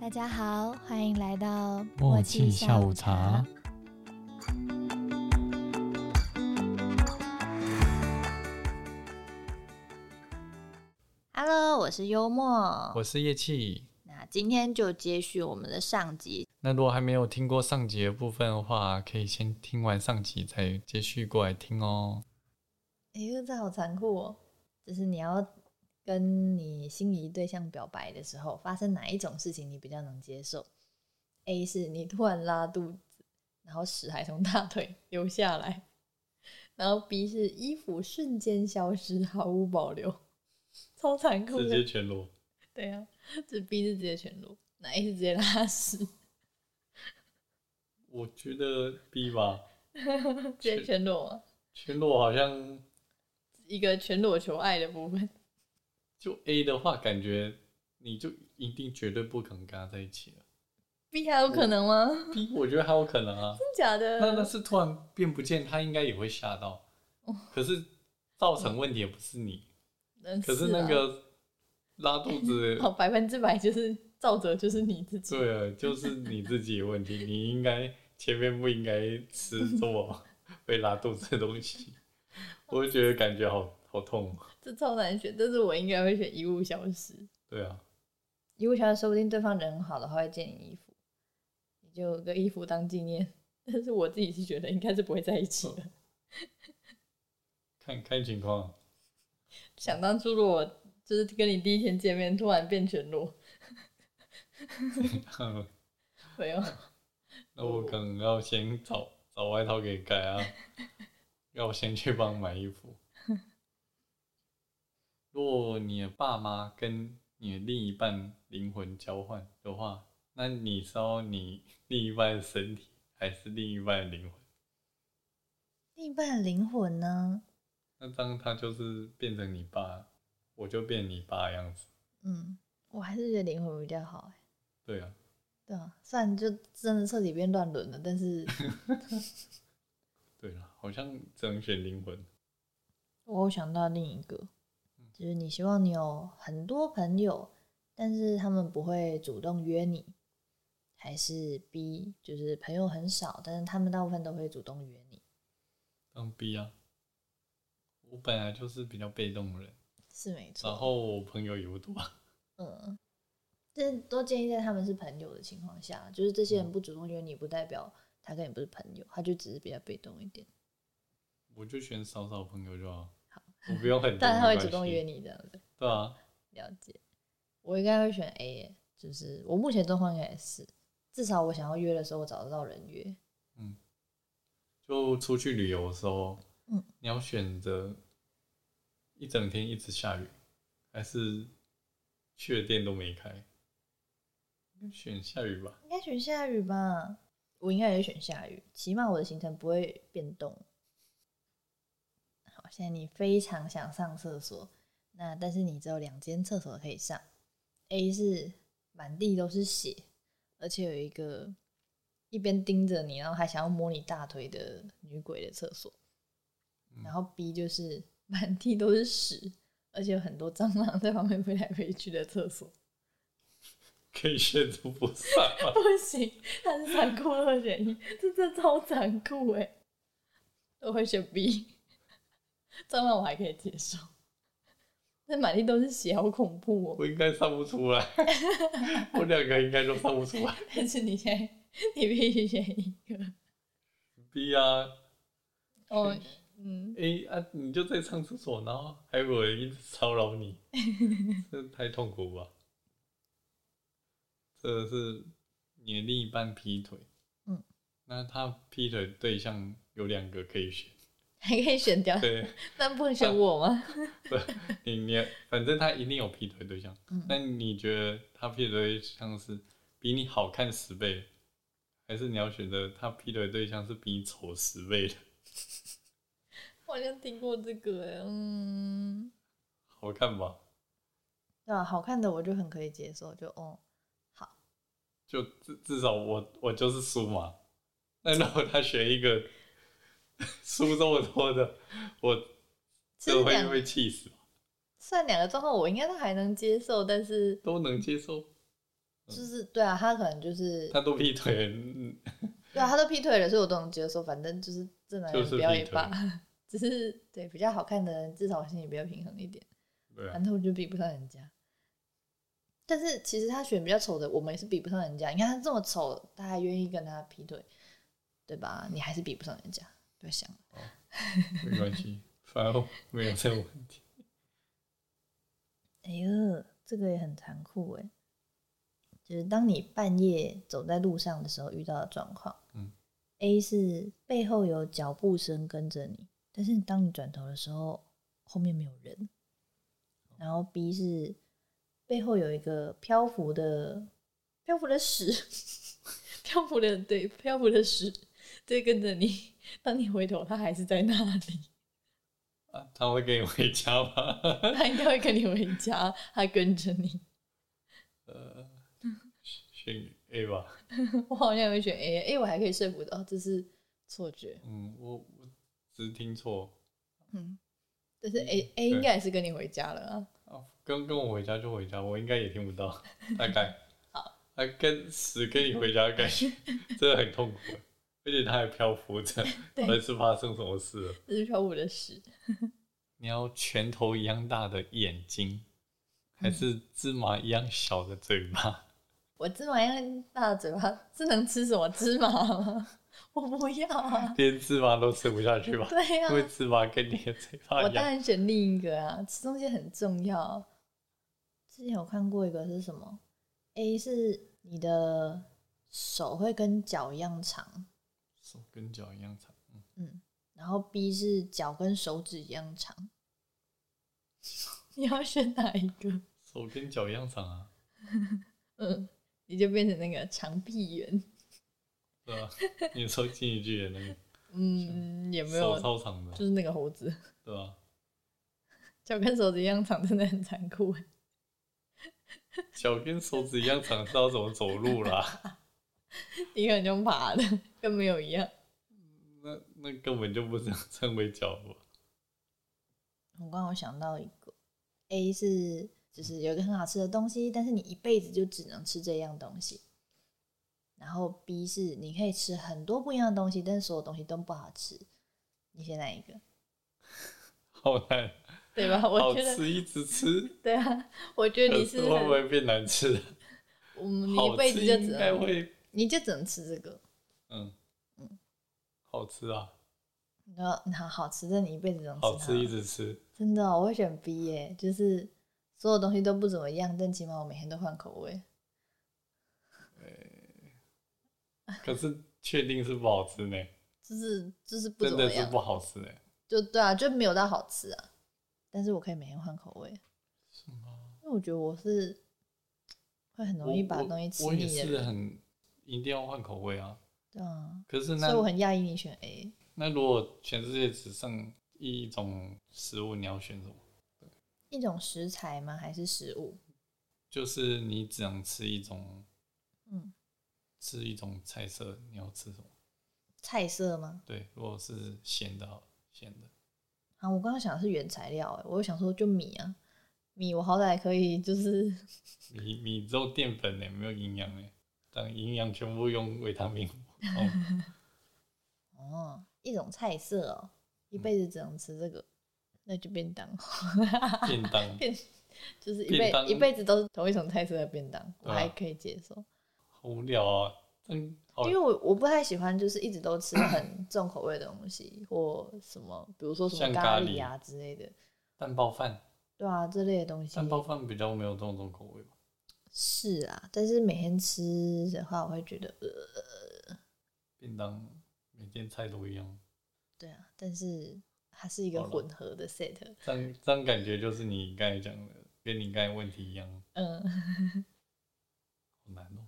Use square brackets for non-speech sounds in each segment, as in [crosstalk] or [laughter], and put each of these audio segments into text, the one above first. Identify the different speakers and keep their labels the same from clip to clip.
Speaker 1: 大家好，欢迎来到
Speaker 2: 默契下午茶。
Speaker 1: Hello，我是幽默。
Speaker 2: 我是叶气。
Speaker 1: 那今天就接续我们的上集，
Speaker 2: 那如果还没有听过上集的部分的话，可以先听完上集再接续过来听哦。
Speaker 1: 哎呦，这好残酷哦！就是你要跟你心仪对象表白的时候，发生哪一种事情你比较能接受？A 是你突然拉肚子，然后屎还从大腿流下来；然后 B 是衣服瞬间消失，毫无保留，超残酷的。
Speaker 2: 全裸。
Speaker 1: 对啊， [laughs] 这 B 是直接全裸，那 A 是直接拉屎， [laughs] 直
Speaker 2: 我觉得 B 吧，
Speaker 1: 接全裸啊，
Speaker 2: 全裸好像
Speaker 1: 一个全裸求爱的部分。
Speaker 2: 就 A 的话，感觉你就一定绝对不可能跟他在一起了。 [laughs]
Speaker 1: B 还有可能吗？真
Speaker 2: B 我觉得还有可能啊，
Speaker 1: 的假的？
Speaker 2: 那那是突然变不见，他应该也会吓到。可是造成问题也不是你，
Speaker 1: 嗯
Speaker 2: 可 [laughs] 是那
Speaker 1: 啊
Speaker 2: 个拉肚 [laughs] 子
Speaker 1: 哦，百分之百就是造者就是你自己。
Speaker 2: 对了，就是你自己有问题，你应该前面不应该吃这么会拉肚子的东西。我就觉得感觉好好痛。
Speaker 1: 这超难选，但是我应该会选遗物消失。
Speaker 2: 对啊，
Speaker 1: 遗物消失，说不定对方人很好的话会借你衣服，你就有个衣服当纪念。 [laughs] 但是我自己是觉得应该是不会在一起的。
Speaker 2: 嗯看看情况， [laughs]
Speaker 1: 想当初，如果就是跟你第一天见面，突然变全裸，没有，
Speaker 2: 那我可能要先找找外套给改啊，要先去帮买衣服。如果你的爸妈跟你的另一半灵魂交换的话，那你是要你另一半的身体，还是另一半的灵魂？
Speaker 1: 另一半灵魂呢？
Speaker 2: 那这样他就是变成你爸，我就变你爸的样子。
Speaker 1: 嗯，我还是觉得灵魂比较好哎。
Speaker 2: 对啊，
Speaker 1: 对啊，虽然就真的彻底变乱伦了，但
Speaker 2: [laughs]
Speaker 1: 是
Speaker 2: 对了，好像只能选灵魂。
Speaker 1: 我有想到另一个，
Speaker 2: 嗯
Speaker 1: 就是你希望你有很多朋友，但是他们不会主动约你，还是 B，就是朋友很少，但是他们大部分都会主动约你，
Speaker 2: 当 B 啊，我本来就是比较被动的人，
Speaker 1: 是没
Speaker 2: 然
Speaker 1: 错。
Speaker 2: 后我朋友也不多，啊
Speaker 1: 嗯，这都建议在他们是朋友的情况下，就是这
Speaker 2: 嗯
Speaker 1: 些人不主动约你，不代表他跟你不是朋友，他就只是比较被动一点，
Speaker 2: 我就选少少朋友就好。我不用很多，
Speaker 1: [laughs] 但他会
Speaker 2: 没关
Speaker 1: 主动
Speaker 2: 系
Speaker 1: 约。你这样子。
Speaker 2: 对啊，
Speaker 1: 了解，我应该会选 A，耶就是我目前状况应该也是，至少我想要约的时候，我找得到人约。
Speaker 2: 就出去旅游的时候，
Speaker 1: 嗯
Speaker 2: 你要选择一整天一直下雨，还是去的店都没开？
Speaker 1: 嗯
Speaker 2: 应该选下雨吧。
Speaker 1: 应该选下雨吧？我应该也选下雨，起码我的行程不会变动。好，现在你非常想上厕所，那但是你只有两间厕所可以上。A 是满地都是血，而且有一个一边盯着你，然后还想要摸你大腿的女鬼的厕所。然后 B 就是满地都是屎，而且有很多蟑螂在旁边飞来飞去的厕所。
Speaker 2: 可以选择不上啊吗？
Speaker 1: [laughs] 不行，它是残酷二选一，这这超残酷哎！我会选 B，蟑螂我还可以接受，但满地都是血，好恐怖哦！
Speaker 2: 我应该上不
Speaker 1: [laughs]
Speaker 2: 出来，我两个应该都上不出来。
Speaker 1: 但是你现在你必须选一个
Speaker 2: B 啊
Speaker 1: 哦，嗯，
Speaker 2: ，A 啊，你就在上厕所，然后还有人一直骚扰你，这太痛苦吧？这是你的另一半劈腿，
Speaker 1: 嗯，
Speaker 2: 那他劈腿对象有两个可以
Speaker 1: [laughs]
Speaker 2: 选，
Speaker 1: 还可以选掉，
Speaker 2: 对，
Speaker 1: 但不能选我吗？ [laughs]
Speaker 2: 你你反正他一定有劈腿对象，
Speaker 1: 嗯
Speaker 2: 那你觉得他劈腿对象是比你好看十倍，还是你要选择他劈腿对象是比你丑十倍的？
Speaker 1: 我好像听过这个哎，嗯，
Speaker 2: 好看吧？
Speaker 1: 对啊，好看的我就很可以接受，就哦，好，
Speaker 2: 就至至少我我就是输嘛。那如果他选一个 [laughs] 输这么多的，我
Speaker 1: 其实
Speaker 2: 就会
Speaker 1: 两
Speaker 2: 会气死，
Speaker 1: 算两个状况我应该都还能接受，但是
Speaker 2: 都能接受。
Speaker 1: 就是对啊，他可能就是
Speaker 2: 他都劈腿了，嗯
Speaker 1: 对啊，他都劈腿了，所以我都能接受。反正就是正男
Speaker 2: 就
Speaker 1: 人
Speaker 2: 是
Speaker 1: 不要
Speaker 2: 劈
Speaker 1: 也
Speaker 2: 腿
Speaker 1: 罢，只是对比较好看的人，至少我心里比较平衡一点。
Speaker 2: 对啊
Speaker 1: 反，正我就比不上人家。但是其实他选比较丑的，我们也是比不上人家。你看他这么丑，他还愿意跟他劈腿，对吧？你还是比不上人家，不要想了。
Speaker 2: 没关系，反正我没有这个问题。
Speaker 1: 哎呦，这个也很残酷哎，就是当你半夜走在路上的时候遇到的状况。
Speaker 2: 嗯
Speaker 1: ，A 是背后有脚步声跟着你，但是当你转头的时候，后面没有人。然后 B 是背后有一个漂浮的漂浮的屎， [laughs] 漂浮的对漂浮的屎在跟着你，当你回头，它还是在那里。
Speaker 2: 啊，他会跟你回家吗？ [laughs]
Speaker 1: 它应该会跟你回家，它跟着你。
Speaker 2: 呃，选 A 吧。
Speaker 1: [laughs] 我好像也会选 A，哎、我还可以说服到这是错觉，
Speaker 2: 嗯，我我只是听错
Speaker 1: 嗯，但是
Speaker 2: 嗯
Speaker 1: A A
Speaker 2: 对
Speaker 1: 应该也是跟你回家了啊，
Speaker 2: 啊，跟跟我回家就回家，我应该也听不到，大概。啊，跟死跟你回家感觉真的很痛苦，欸而且他还漂浮着，
Speaker 1: [laughs] 对
Speaker 2: 到底是发生什么事了？
Speaker 1: [laughs] 这是小五的事，
Speaker 2: 你要拳头一样大的眼睛，还是芝麻一样小的嘴巴？ [laughs]
Speaker 1: 我芝麻一样大的嘴巴是能吃什么芝麻吗？ [laughs] 我不要啊，
Speaker 2: 连芝麻都吃不下去吧？
Speaker 1: 对呀、
Speaker 2: 因为芝麻跟你的嘴巴
Speaker 1: 我
Speaker 2: 一
Speaker 1: 当
Speaker 2: 样。
Speaker 1: 然选另一个啊，吃东西很重要。之前有看过一个是什么？A 是你的手会跟脚一样长，
Speaker 2: 手跟脚一样长，嗯
Speaker 1: 嗯，然后 B 是脚跟手指一样长。 [laughs] 你要选哪一个？
Speaker 2: 手跟脚一样长啊，
Speaker 1: 嗯， [laughs] 你就变成那个长臂猿。
Speaker 2: 对吧？ [laughs] 你说进一句的那个
Speaker 1: 嗯，也没有
Speaker 2: 手，超长的
Speaker 1: 就，是那个猴子， [laughs]
Speaker 2: 对吧？
Speaker 1: 脚跟手指一样长，真的很残酷。 [laughs]
Speaker 2: 脚跟手指一样长，知道怎么走路啦？ [laughs]
Speaker 1: 一个人用爬的，跟没有一样。
Speaker 2: 那那根本就不是称为脚吧？
Speaker 1: 我刚好想到一个，A 是就是有一个很好吃的东西，但是你一辈子就只能吃这样东西。然后 B 是你可以吃很多不一样的东西，但是所有东西都不好吃。你选哪一个？
Speaker 2: 好难，
Speaker 1: 对吧？ [laughs] 我
Speaker 2: 好
Speaker 1: 觉得
Speaker 2: 吃一直吃，
Speaker 1: 对啊，我觉得
Speaker 2: 可
Speaker 1: 你
Speaker 2: 是
Speaker 1: 是
Speaker 2: 会
Speaker 1: 很
Speaker 2: 不会变难吃？
Speaker 1: 我们 [laughs] 你一
Speaker 2: 好
Speaker 1: 辈
Speaker 2: 吃
Speaker 1: 子就
Speaker 2: 应
Speaker 1: 只
Speaker 2: 该
Speaker 1: 能
Speaker 2: 会，
Speaker 1: 你就只能吃这个。
Speaker 2: 嗯
Speaker 1: 嗯
Speaker 2: 好吃啊，
Speaker 1: 你说好好吃，但你一辈子只能
Speaker 2: 好
Speaker 1: 吃
Speaker 2: 吃一
Speaker 1: 它。
Speaker 2: 啊直 [laughs] 吃，
Speaker 1: 真的哦、我会选 B 耶、就是所有东西都不怎么样，但起码我每天都换口味。
Speaker 2: 可是确定是不好吃呢，
Speaker 1: 就是就是不
Speaker 2: 真
Speaker 1: 怎么
Speaker 2: 的是
Speaker 1: 样，
Speaker 2: 不好吃呢，
Speaker 1: 就对啊，就没有到好吃啊。但是我可以每天换口味，
Speaker 2: 是吗？
Speaker 1: 因为我觉得我是会很容易把
Speaker 2: 啊我
Speaker 1: 东西吃
Speaker 2: 我我也
Speaker 1: 腻的
Speaker 2: 是啊
Speaker 1: 人，
Speaker 2: 很一定要换口味啊。
Speaker 1: 对啊，
Speaker 2: 可是
Speaker 1: 所
Speaker 2: 那
Speaker 1: 以我很讶异你选 A，
Speaker 2: 那如果全世界只剩一种食物，你要选什么？
Speaker 1: 一种食材吗？还是食物？
Speaker 2: 就是你只能吃一种，
Speaker 1: 嗯，
Speaker 2: 吃一种菜色，你要吃什么？
Speaker 1: 菜色吗？
Speaker 2: 对，如果是咸的好，咸的，
Speaker 1: 啊，我刚刚想的是原材料、欸，我就想说就米啊，米我好歹可以就是
Speaker 2: 米米只有淀粉呢，没有营养呢，但营养全部用维他命。
Speaker 1: [laughs]
Speaker 2: 哦，
Speaker 1: 哦，一种菜色哦，一辈子只能吃这个，那就便当， [laughs]
Speaker 2: 便当
Speaker 1: 便就是一
Speaker 2: 便
Speaker 1: 辈
Speaker 2: 当
Speaker 1: 一辈子都是同一种菜色的便当，我
Speaker 2: 对啊
Speaker 1: 还可以接受，
Speaker 2: 好无聊啊，真好
Speaker 1: 因为我我不太喜欢就是一直都吃很 [coughs] 重口味的东西或什么，比如说什
Speaker 2: 像
Speaker 1: 么咖
Speaker 2: 咖
Speaker 1: 喱
Speaker 2: 喱
Speaker 1: 啊之类的，
Speaker 2: 蛋包饭，
Speaker 1: 对啊，这类的东西
Speaker 2: 蛋包饭比较没有这种口味吧？
Speaker 1: 是啊，但是每天吃的话，我会觉得呃，
Speaker 2: 便当每天菜都一样，
Speaker 1: 对啊，但是它是一个
Speaker 2: 好了
Speaker 1: 混合的 set，
Speaker 2: 这样这样感觉就是你刚才讲的，跟你刚才问题一样。
Speaker 1: 嗯， [laughs]
Speaker 2: 好难哦。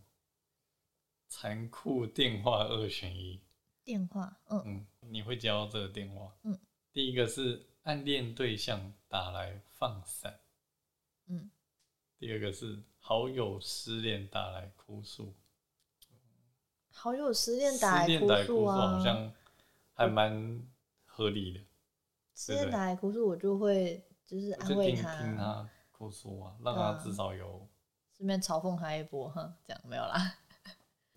Speaker 2: 残酷电话二选一，
Speaker 1: 电话，嗯
Speaker 2: 嗯，你会接到这个电话，
Speaker 1: 嗯，
Speaker 2: 第一个是暗恋对象打来放闪，
Speaker 1: 嗯，
Speaker 2: 第二个是好友失恋打来哭诉，
Speaker 1: 好友失恋打
Speaker 2: 失
Speaker 1: 来
Speaker 2: 恋打
Speaker 1: 哭
Speaker 2: 来哭诉
Speaker 1: 诉啊，
Speaker 2: 好像还蛮合理的，
Speaker 1: 失
Speaker 2: 对
Speaker 1: 恋
Speaker 2: 不对
Speaker 1: 打来哭诉，我就会就是
Speaker 2: 我
Speaker 1: 安
Speaker 2: 就
Speaker 1: 慰
Speaker 2: 听
Speaker 1: 他，
Speaker 2: 听他哭诉啊，让
Speaker 1: 对啊
Speaker 2: 他至少有
Speaker 1: 顺便嘲讽他一波，哼，这样没有啦。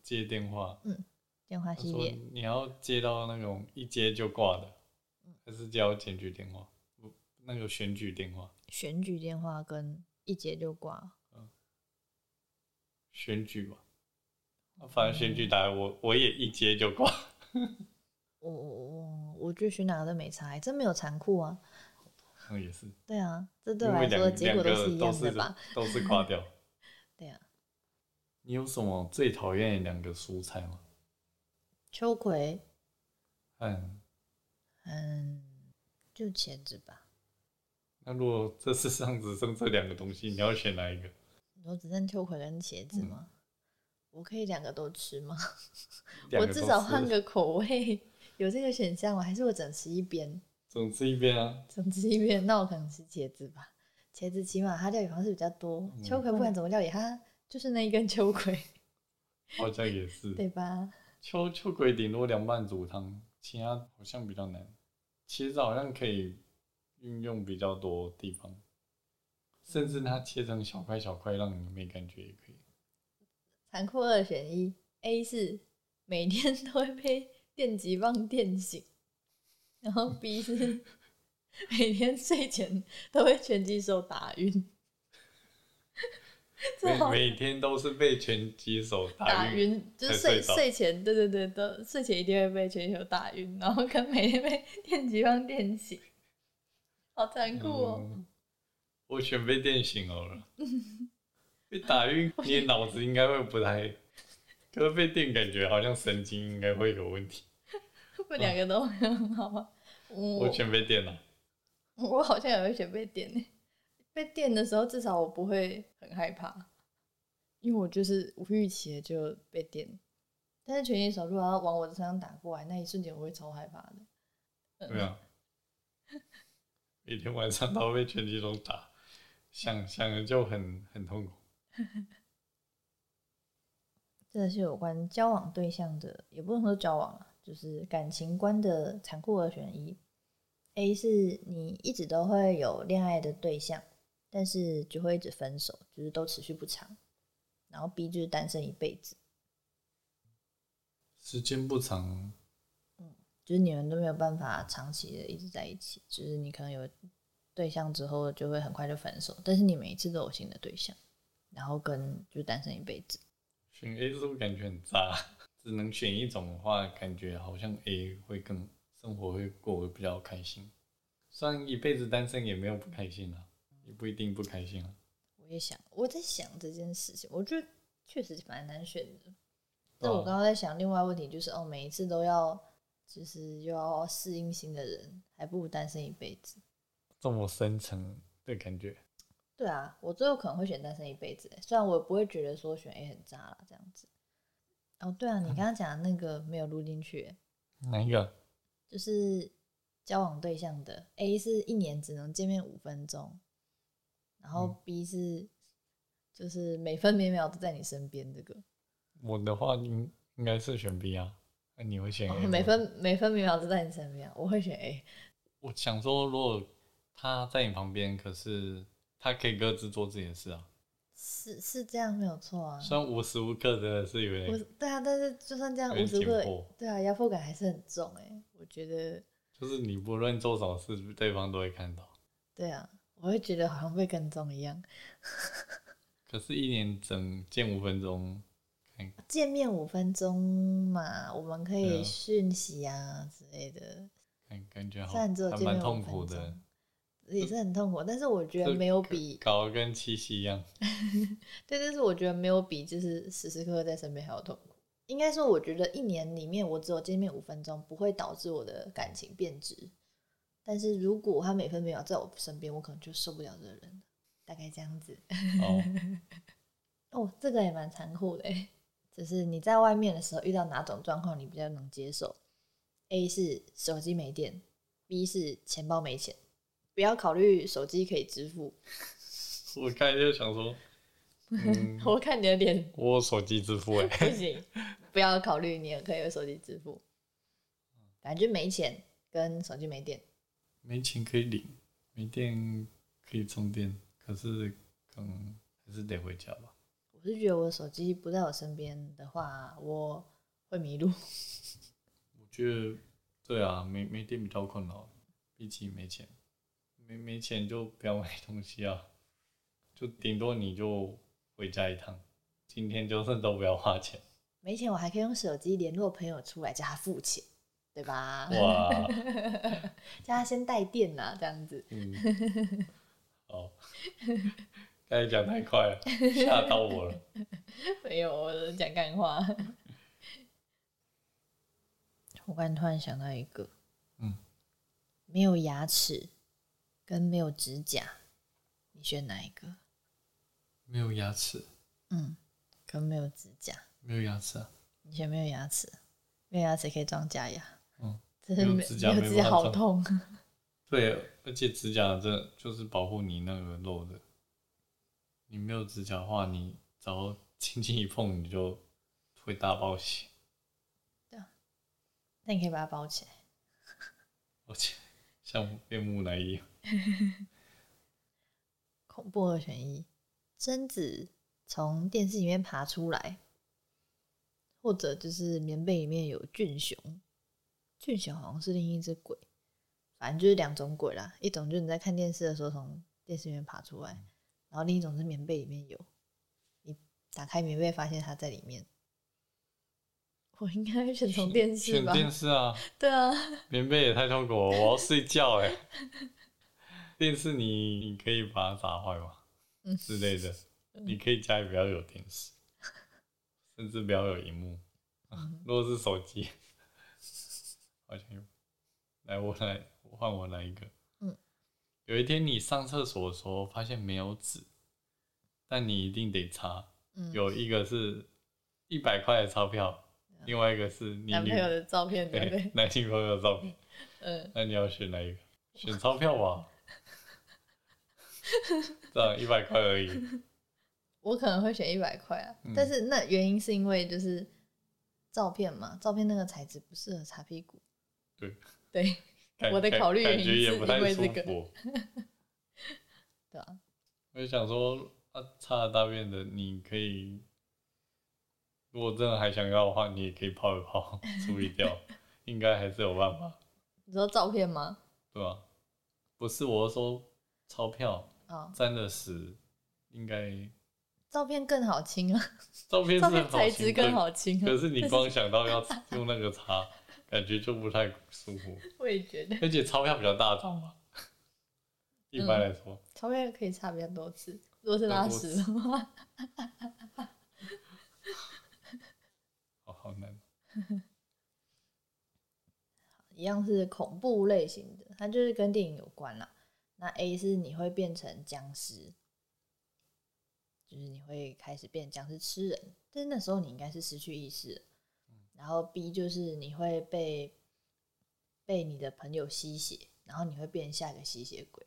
Speaker 2: 接电
Speaker 1: 嗯
Speaker 2: 话，
Speaker 1: 电话
Speaker 2: 他
Speaker 1: 系
Speaker 2: 说
Speaker 1: 列
Speaker 2: 你要接到那种一接就挂的，
Speaker 1: 嗯
Speaker 2: 还是叫检举电话？不，那个选举电话，
Speaker 1: 选举电话跟一接就挂，
Speaker 2: 选举吧。啊反正选举打来我我也一接就挂，
Speaker 1: 我我我我觉得选哪个都没差，欸真没有残酷啊。
Speaker 2: 嗯也是，
Speaker 1: 对啊，这对
Speaker 2: 因
Speaker 1: 我
Speaker 2: 为
Speaker 1: 来
Speaker 2: 两
Speaker 1: 说
Speaker 2: 两
Speaker 1: 结果
Speaker 2: 个
Speaker 1: 是一
Speaker 2: 都
Speaker 1: 样的
Speaker 2: 是
Speaker 1: 吧？
Speaker 2: 都是挂掉。
Speaker 1: [laughs] 对啊，
Speaker 2: 你有什么最讨厌的两个蔬菜吗？
Speaker 1: 秋葵，
Speaker 2: 嗯，
Speaker 1: 嗯，就茄子吧。
Speaker 2: 那如果这世上只剩这两个东西，你要选哪一个？
Speaker 1: 你说只剩秋葵跟茄
Speaker 2: 嗯
Speaker 1: 子吗？我可以两个都吃吗？
Speaker 2: 两
Speaker 1: 我
Speaker 2: 个都
Speaker 1: 至少换
Speaker 2: 吃
Speaker 1: 个口味，有这个选项吗？还是我整吃一边？
Speaker 2: 总吃一遍啊。
Speaker 1: 整吃一边，那我可能吃茄子吧。茄子起码它料理方式比较多，
Speaker 2: 嗯
Speaker 1: 秋葵不管怎么料理，它就是那一根秋葵，
Speaker 2: 好像也是。
Speaker 1: 对吧？
Speaker 2: 秋秋葵顶多凉拌煮汤，其他好像比较难。茄子好像可以运用比较多地方，甚至它切成小块小块，让你没感觉也可以。
Speaker 1: 残酷二选一，A 是每天都会被电击棒电醒，然后 B 是每天睡前都会拳击手打晕。这
Speaker 2: 每
Speaker 1: 好
Speaker 2: 每天都是被拳击手
Speaker 1: 哦打
Speaker 2: 打晕，
Speaker 1: 晕，就是睡
Speaker 2: 才睡着
Speaker 1: 睡前，对对对，都睡前一定会被全球打晕，然后跟每天被电击棒电醒，好残酷哦！
Speaker 2: 嗯我选被电醒好了。被打晕，你的脑子应该会不太，可是被电感觉好像神经应该会有问题。
Speaker 1: 不，两个都很好吗？
Speaker 2: 我
Speaker 1: 我
Speaker 2: 全被电了，啊
Speaker 1: 我好像也会选被电呢，被电的时候至少我不会很害怕，因为我就是无预期的就被电。但是拳击手如果要往我的身上打过来，那一瞬间我会超害怕的。嗯
Speaker 2: 对啊，每天晚上都被拳击手打，想想了就很很痛苦。
Speaker 1: 这是有关交往对象的，也不能说交往啊，就是感情观的残酷二选一。A 是你一直都会有恋爱的对象，但是就会一直分手，就是都持续不长。然后 B 就是单身一辈子，
Speaker 2: 时间不长，
Speaker 1: 就是你们都没有办法长期的一直在一起，就是你可能有对象之后就会很快就分手，但是你每一次都有新的对象，然后跟就单身一辈子。
Speaker 2: 选 A 是不是感觉很渣？ [laughs] 只能选一种的话，感觉好像 A 会更生活会过得比较开心。虽然一辈子单身也没有不开心啊，也不一定不开心啊。
Speaker 1: 我也想，我在想这件事情，我觉得确实蛮难选的。但
Speaker 2: 对啊
Speaker 1: 我刚刚在想，另外问题就是，哦，每一次都要就是又要适应新的人，还不如单身一辈子。
Speaker 2: 这么深层的感觉，
Speaker 1: 对啊，我最后可能会选单身一辈子欸，虽然我也不会觉得说选 A 很渣啦，这样子。哦，对啊，你刚刚讲的那个没有录进去欸，
Speaker 2: 哪一个？
Speaker 1: 就是交往对象的 A 是一年只能见面五分钟，然后
Speaker 2: 嗯
Speaker 1: B 是就是每分每秒都在你身边这个。
Speaker 2: 我的话应应该是选 B 啊，那你会选 A？
Speaker 1: 哦
Speaker 2: 吗
Speaker 1: 每分每分每秒都在你身边，我会选 A。
Speaker 2: 我想说，如果他在你旁边，可是他可以各自做自己的事啊。
Speaker 1: 是是这样没有错啊，
Speaker 2: 虽然无时无刻真的是有
Speaker 1: 我
Speaker 2: 点，
Speaker 1: 对啊，但是就算这样
Speaker 2: 有
Speaker 1: 无
Speaker 2: 点
Speaker 1: 时无
Speaker 2: 紧
Speaker 1: 刻
Speaker 2: 迫，
Speaker 1: 对啊，压迫感还是很重哎、我觉得
Speaker 2: 就是你不论做什么事，对方都会看到。
Speaker 1: 对啊，我会觉得好像被跟踪一样。
Speaker 2: 可是，一年整见五分钟，看
Speaker 1: 见面五分钟嘛，我们可
Speaker 2: 对
Speaker 1: 以
Speaker 2: 啊
Speaker 1: 讯息啊之类的，
Speaker 2: 看感觉好，
Speaker 1: 虽然只有
Speaker 2: 还
Speaker 1: 见
Speaker 2: 蛮
Speaker 1: 面五
Speaker 2: 痛
Speaker 1: 分
Speaker 2: 苦
Speaker 1: 钟，
Speaker 2: 的，
Speaker 1: 也是很痛苦，但是我觉得没有比
Speaker 2: 搞得跟七夕一样。
Speaker 1: 对，但是我觉得没有比就是时时刻刻在身边还要痛苦。应该说，我觉得一年里面我只有见面五分钟，不会导致我的感情变质。但是如果他每分每秒在我身边，我可能就受不了这个人了，大概这样子。 [laughs]
Speaker 2: 哦，
Speaker 1: 哦，这个也蛮残酷的欸，就是你在外面的时候遇到哪种状况你比较能接受？A 是手机没电，B 是钱包没钱，不要考虑手机可以支付。，
Speaker 2: 我刚才就想说，嗯
Speaker 1: 我看你的脸
Speaker 2: 我有手机支付哎、
Speaker 1: [laughs] 不行，不要考虑，你也可以用手机支付。反正就没钱跟手机没电，
Speaker 2: 没钱可以领，没电可以充电，可是可能还是得回家吧。
Speaker 1: 我是觉得我的手机不在我身边的话，我会迷路。 [laughs]
Speaker 2: 我觉得对啊，没没电比较困扰，毕竟没钱，没没钱就不要买东西啊， [laughs] 就顶多你就回家一趟，今天就是都不要花钱，
Speaker 1: 没钱我还可以用手机联络朋友出来叫他付钱，对吧？
Speaker 2: 哇，
Speaker 1: 叫他先带电啦，这样子。
Speaker 2: 嗯，好， [laughs] 刚才讲太快了，吓到我了。
Speaker 1: 没有，我在讲干话。 [laughs] 我刚才突然想到一个，
Speaker 2: 嗯，
Speaker 1: 没有牙齿跟没有指甲，你选哪一个？
Speaker 2: 没有牙齿，
Speaker 1: 嗯，跟没有指甲，
Speaker 2: 没有牙齿啊，
Speaker 1: 你选没有牙齿，没有牙齿可以装假牙。
Speaker 2: 嗯，
Speaker 1: 真的
Speaker 2: 没有
Speaker 1: 没
Speaker 2: 指甲
Speaker 1: 没
Speaker 2: 没
Speaker 1: 有指
Speaker 2: 办
Speaker 1: 甲
Speaker 2: 法
Speaker 1: 好
Speaker 2: 装
Speaker 1: 痛。 [laughs]
Speaker 2: 对，而且指甲这就是保护你那个肉的，你没有指甲的话，你只要轻轻一碰，你就会大爆血，
Speaker 1: 那你可以把它包起来。
Speaker 2: 而且像变木乃
Speaker 1: [laughs]
Speaker 2: 伊。
Speaker 1: 恐怖二选一：贞子从电视里面爬出来，或者就是棉被里面有俊雄。俊雄好像是另一只鬼，反正就是两种鬼啦。一种就是你在看电视的时候从电视里面爬出来，然后另一种是棉被里面有。你打开棉被发现它在里面。我应该会选从电视
Speaker 2: 选
Speaker 1: 吧？
Speaker 2: 电视啊，
Speaker 1: 对啊，
Speaker 2: 棉被也太痛苦了，我要睡觉哎、 [laughs] 电视你你可以把它砸坏吗？
Speaker 1: 嗯
Speaker 2: 之类的，你可以家里不要有电视，甚至不要有荧幕。
Speaker 1: 嗯
Speaker 2: [laughs] 如果是手机，好像有。来，我来，我换我来一个。
Speaker 1: 嗯，
Speaker 2: 有一天你上厕所的时候发现没有纸，但你一定得擦。
Speaker 1: 嗯，
Speaker 2: 有一个是一百块的钞票，另外一个是你
Speaker 1: 嗯
Speaker 2: 哎
Speaker 1: 男
Speaker 2: 女
Speaker 1: 朋友的照片对不
Speaker 2: 对
Speaker 1: 对？
Speaker 2: 男性朋友的照片。
Speaker 1: [laughs] 嗯，
Speaker 2: 那你要选哪一个？选钞票吧，
Speaker 1: [laughs]
Speaker 2: 这样一百块而已。
Speaker 1: 我可能会选一百块啊，
Speaker 2: 嗯
Speaker 1: 但是那原因是因为就是照片嘛，照片那个材质不适合擦屁股。
Speaker 2: 对
Speaker 1: 对
Speaker 2: 感
Speaker 1: 我的考虑
Speaker 2: 感
Speaker 1: 原因
Speaker 2: 感觉也
Speaker 1: 是
Speaker 2: 不太
Speaker 1: 因为
Speaker 2: 舒
Speaker 1: 这个
Speaker 2: 服。
Speaker 1: 对啊，
Speaker 2: 我就想说，啊，擦了大便的你可以，如果真的还想要的话，你也可以泡一泡， [laughs] 处理掉，
Speaker 1: [laughs]
Speaker 2: 应该还是有办法，
Speaker 1: 你说照片吗？
Speaker 2: 对吧？不是我说钞票
Speaker 1: 哦，
Speaker 2: 沾了屎，应该
Speaker 1: 照片更好清啊，
Speaker 2: 照片是
Speaker 1: 照
Speaker 2: 很
Speaker 1: 片
Speaker 2: 好
Speaker 1: 材
Speaker 2: 清
Speaker 1: 质更
Speaker 2: 可
Speaker 1: 好清
Speaker 2: 可
Speaker 1: 啊，
Speaker 2: 是你光想到要用那个擦，感觉就不太舒服。
Speaker 1: 我也觉得
Speaker 2: 而且钞票比较大张嘛，一
Speaker 1: 嗯
Speaker 2: 般来说，
Speaker 1: 照片可以擦比较多次，如果是拉屎的话，
Speaker 2: 哦，好难。
Speaker 1: 一样是恐怖类型的，它就是跟电影有关啦。那 A 是你会变成僵尸，就是你会开始变僵尸吃人，但是那时候你应该是失去意识了。然后 B 就是你会被被你的朋友吸血，然后你会变下一个吸血鬼，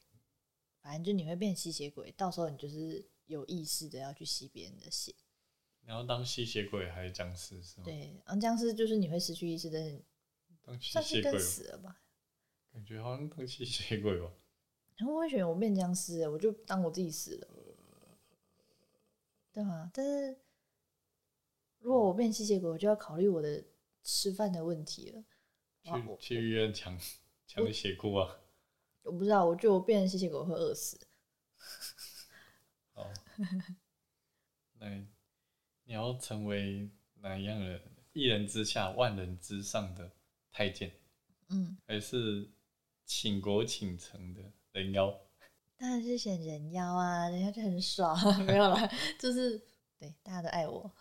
Speaker 1: 反正就你会变吸血鬼，到时候你就是有意识的要去吸别人的血。
Speaker 2: 你要当吸血鬼还是僵尸是吗？
Speaker 1: 对，然后僵尸就是你会失去意识，但是
Speaker 2: 当吸
Speaker 1: 算是
Speaker 2: 血
Speaker 1: 跟
Speaker 2: 鬼，哦
Speaker 1: 死了吧。
Speaker 2: 感觉好像当吸血鬼哦吧。
Speaker 1: 然后我会选我变僵尸、欸，我就当我自己死了，对啊，但是如果我变吸血鬼，我就要考虑我的吃饭的问题了。哇哦
Speaker 2: 去
Speaker 1: 我
Speaker 2: 去医院抢抢血库啊！
Speaker 1: 我不知道，我觉得我变成吸血鬼会饿死。 [laughs]
Speaker 2: 哦，那你你要成为哪样的人？一人之下，万人之上的太监，
Speaker 1: 嗯，
Speaker 2: 还是倾国倾城的人妖？
Speaker 1: 当然是选人妖啊，人妖就很爽，啊 [laughs] 没有啦，就是对大家都爱我，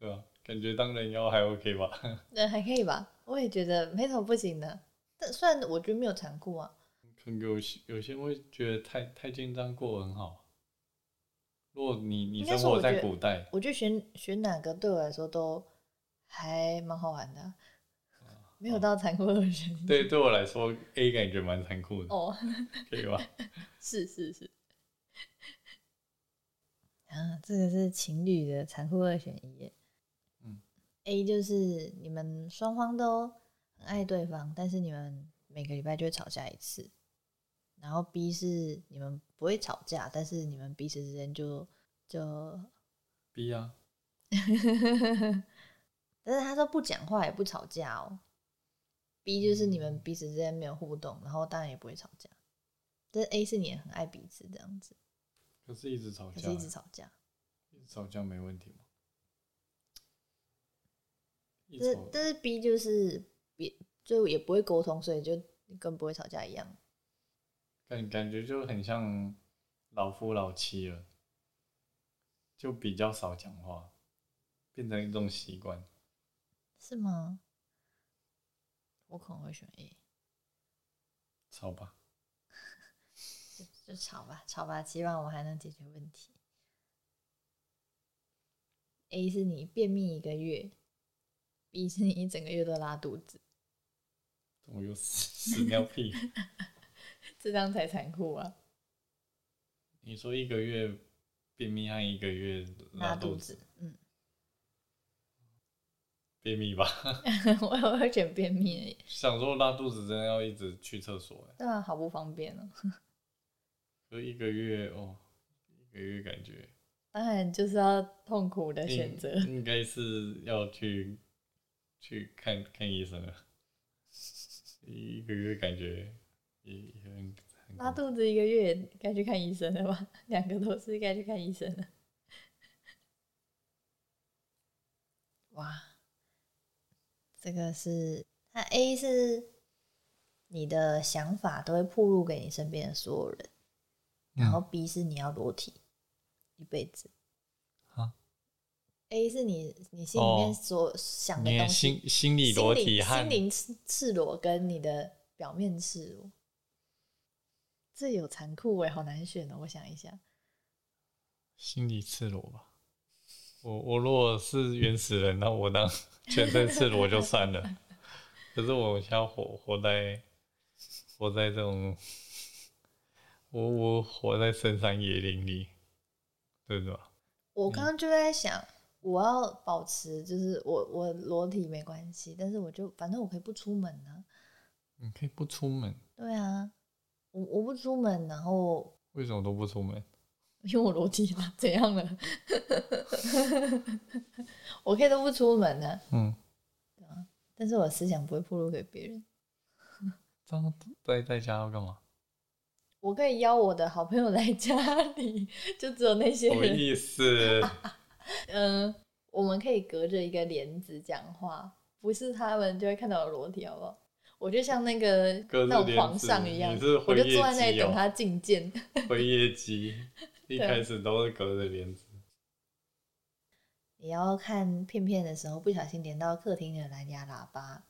Speaker 2: 对吧、感觉当人妖还 OK 吧？ [laughs]
Speaker 1: 那还可以吧？我也觉得没什么不行的。但虽然我觉得没有残酷啊，
Speaker 2: 可能有些有些人会觉得太太紧张过得很好。如果你你
Speaker 1: 应该
Speaker 2: 生
Speaker 1: 是
Speaker 2: 活
Speaker 1: 我觉
Speaker 2: 在
Speaker 1: 得
Speaker 2: 古代，
Speaker 1: 我觉得选选哪个对我来说都还蛮好玩的啊、没有到残酷二选一。
Speaker 2: 对对我来说 A 感觉蛮残酷的，
Speaker 1: 哦， [laughs]
Speaker 2: 可以吧？
Speaker 1: 是是是。啊，这个是情侣的残酷二选一耶。
Speaker 2: 嗯
Speaker 1: ，A 就是你们双方都很爱对方，但是你们每个礼拜就会吵架一次。然后 B 是你们不会吵架，但是你们彼此之间就就，
Speaker 2: B 啊，
Speaker 1: 但是他说不讲话也不吵架哦。B 就是你
Speaker 2: 嗯
Speaker 1: 们彼此之间没有互动，然后当然也不会吵架。但是 A 是你也很爱彼此这样子，
Speaker 2: 可是一直吵
Speaker 1: 可
Speaker 2: 架
Speaker 1: 是
Speaker 2: 啊，
Speaker 1: 一直吵架。
Speaker 2: 一直吵架没问题吗？一
Speaker 1: 但是
Speaker 2: 吵
Speaker 1: 但是 B 就是别就也不会沟通，所以就跟不会吵架一样。
Speaker 2: 感感觉就很像老夫老妻了，就比较少讲话，变成一种习惯。
Speaker 1: 是吗？我可能会选 A，
Speaker 2: 吵吧，
Speaker 1: 就就吵吧，吵吧，希望我们还能解决问题。A 是你便秘一个月，B 是你一整个月都拉肚子，
Speaker 2: 怎么又屎屎尿屁？ [laughs]
Speaker 1: 这张才残酷啊！
Speaker 2: 你说一个月便秘和一个月
Speaker 1: 拉
Speaker 2: 拉
Speaker 1: 肚
Speaker 2: 肚
Speaker 1: 子，嗯， [laughs]
Speaker 2: 便秘吧？ [laughs]
Speaker 1: 我也会选便秘而已，
Speaker 2: 想说拉肚子真的要一直去厕所、欸，
Speaker 1: 对啊，好不方便哦。
Speaker 2: 就一个月哦，一个月感觉
Speaker 1: 当然就是要痛苦的选
Speaker 2: 应
Speaker 1: 择，
Speaker 2: 应该是要去去看看医生了。 [laughs] 一一个月感觉也也很很
Speaker 1: 拉
Speaker 2: 恐怖
Speaker 1: 肚子一个月也该去看医生了吧？两个都是该去看医生了。哇，这个是那 A 是你的想法都会暴露给你身边的所有人，然
Speaker 2: 嗯
Speaker 1: 后 B 是你要裸体一辈子。
Speaker 2: 啊
Speaker 1: A 是你你心里面
Speaker 2: 哦
Speaker 1: 所想的
Speaker 2: 你
Speaker 1: 东
Speaker 2: 的
Speaker 1: 西，
Speaker 2: 心心理
Speaker 1: 心
Speaker 2: 裸
Speaker 1: 灵
Speaker 2: 体和
Speaker 1: 心灵赤赤裸跟你的表面赤裸，这有残酷哎、好难选哦、我想一下，
Speaker 2: 心理赤裸吧。我我如果是原始人，那我当全身赤裸就算了。可是我现在活活在活在这种，我我活在深山野林里，对吧？
Speaker 1: 我刚刚就在想，我要保持就是我我裸体没关系，但是我就反正我可以不出门呢、
Speaker 2: 你可以不出门，
Speaker 1: 对啊，我我不出门，然后
Speaker 2: 为什么都不出门？
Speaker 1: 因为我裸体嘛，怎样了？ [laughs] 我可以都不出门呢、
Speaker 2: 嗯，
Speaker 1: 但是我思想不会暴露给别人。
Speaker 2: 这样待在家要干嘛？
Speaker 1: 我可以邀我的好朋友来家里，就只有那些
Speaker 2: 什么
Speaker 1: 人。[laughs]
Speaker 2: 意思？
Speaker 1: 嗯，我们可以隔着一个帘子讲话，不是他们就会看到我裸体，好不好？我就像那个
Speaker 2: [laughs] 隔着
Speaker 1: 那种
Speaker 2: 帘
Speaker 1: 皇
Speaker 2: 子
Speaker 1: 上一样
Speaker 2: 你是，
Speaker 1: 我
Speaker 2: 辉
Speaker 1: 就
Speaker 2: 夜
Speaker 1: 坐在那里
Speaker 2: 姬
Speaker 1: 等
Speaker 2: 哦
Speaker 1: 他觐见。 [laughs]
Speaker 2: 回业绩一
Speaker 1: 对
Speaker 2: 开始都是隔着帘子，
Speaker 1: 你要看片片的时候，不小心连到客厅的蓝牙喇叭，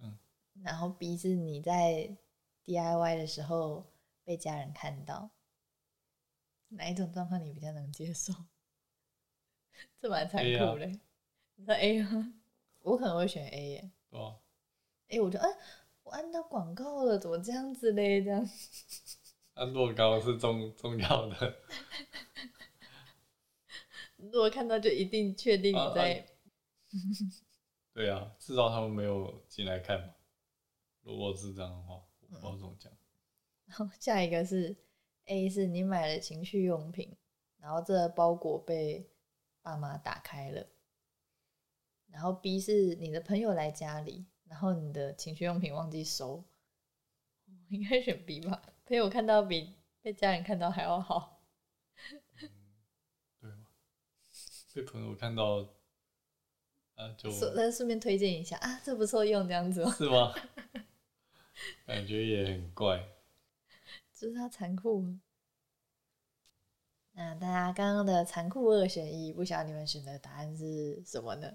Speaker 2: 嗯，
Speaker 1: 然后 B 是你在 DIY 的时候被家人看到，哪一种状况你比较能接受？ [laughs] 这蛮残
Speaker 2: A 啊
Speaker 1: 酷的。你说 A 吗？我可能会选 A 耶、
Speaker 2: 对吧？
Speaker 1: 哎、我就哎、我按到广告了，怎么这样子嘞？这样，
Speaker 2: 那落高是重重要的。
Speaker 1: 如果看到就一定确定
Speaker 2: 啊
Speaker 1: 你在，
Speaker 2: 对啊，至少他们没有进来看嘛。如果是这样的话，我不知道怎么讲。
Speaker 1: 然后下一个是 A 是你买了情趣用品，然后这个包裹被爸妈打开了，然后 B 是你的朋友来家里，然后你的情趣用品忘记收，我应该选 B 吧？朋友看到比被家人看到还要好，
Speaker 2: 对吗？被朋友看到，啊，就
Speaker 1: 顺
Speaker 2: 是
Speaker 1: 那顺便推荐一下啊，这不错用这样子哦。
Speaker 2: 吗？感觉也很怪。
Speaker 1: 就是它残酷吗。那大家刚刚的残酷二选一，不晓得你们选的答案是什么呢？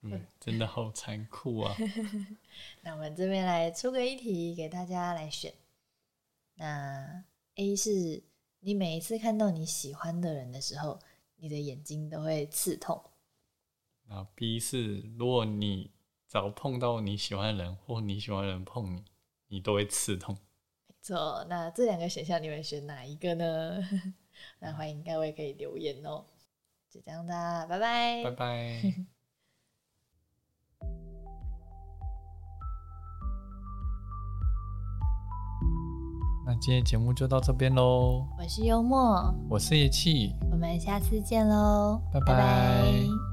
Speaker 2: 对， [laughs] 真的好残酷啊！
Speaker 1: 那我们这边来出个一题给大家来选。那 A 是你每一次看到你喜欢的人的时候，你的眼睛都会刺痛。
Speaker 2: 那 B 是，如果你只要碰到你喜欢的人，或你喜欢的人碰你，你都会刺痛。
Speaker 1: 没错，那这两个选项你们选哪一个呢？ [laughs] 那欢迎各位可以留言哦。就这样啦，拜拜
Speaker 2: 拜拜。那今天节目就到这边喽，
Speaker 1: 我是幽默，
Speaker 2: 我是叶气，
Speaker 1: 我们
Speaker 2: 们下次见喽，
Speaker 1: 拜拜
Speaker 2: 拜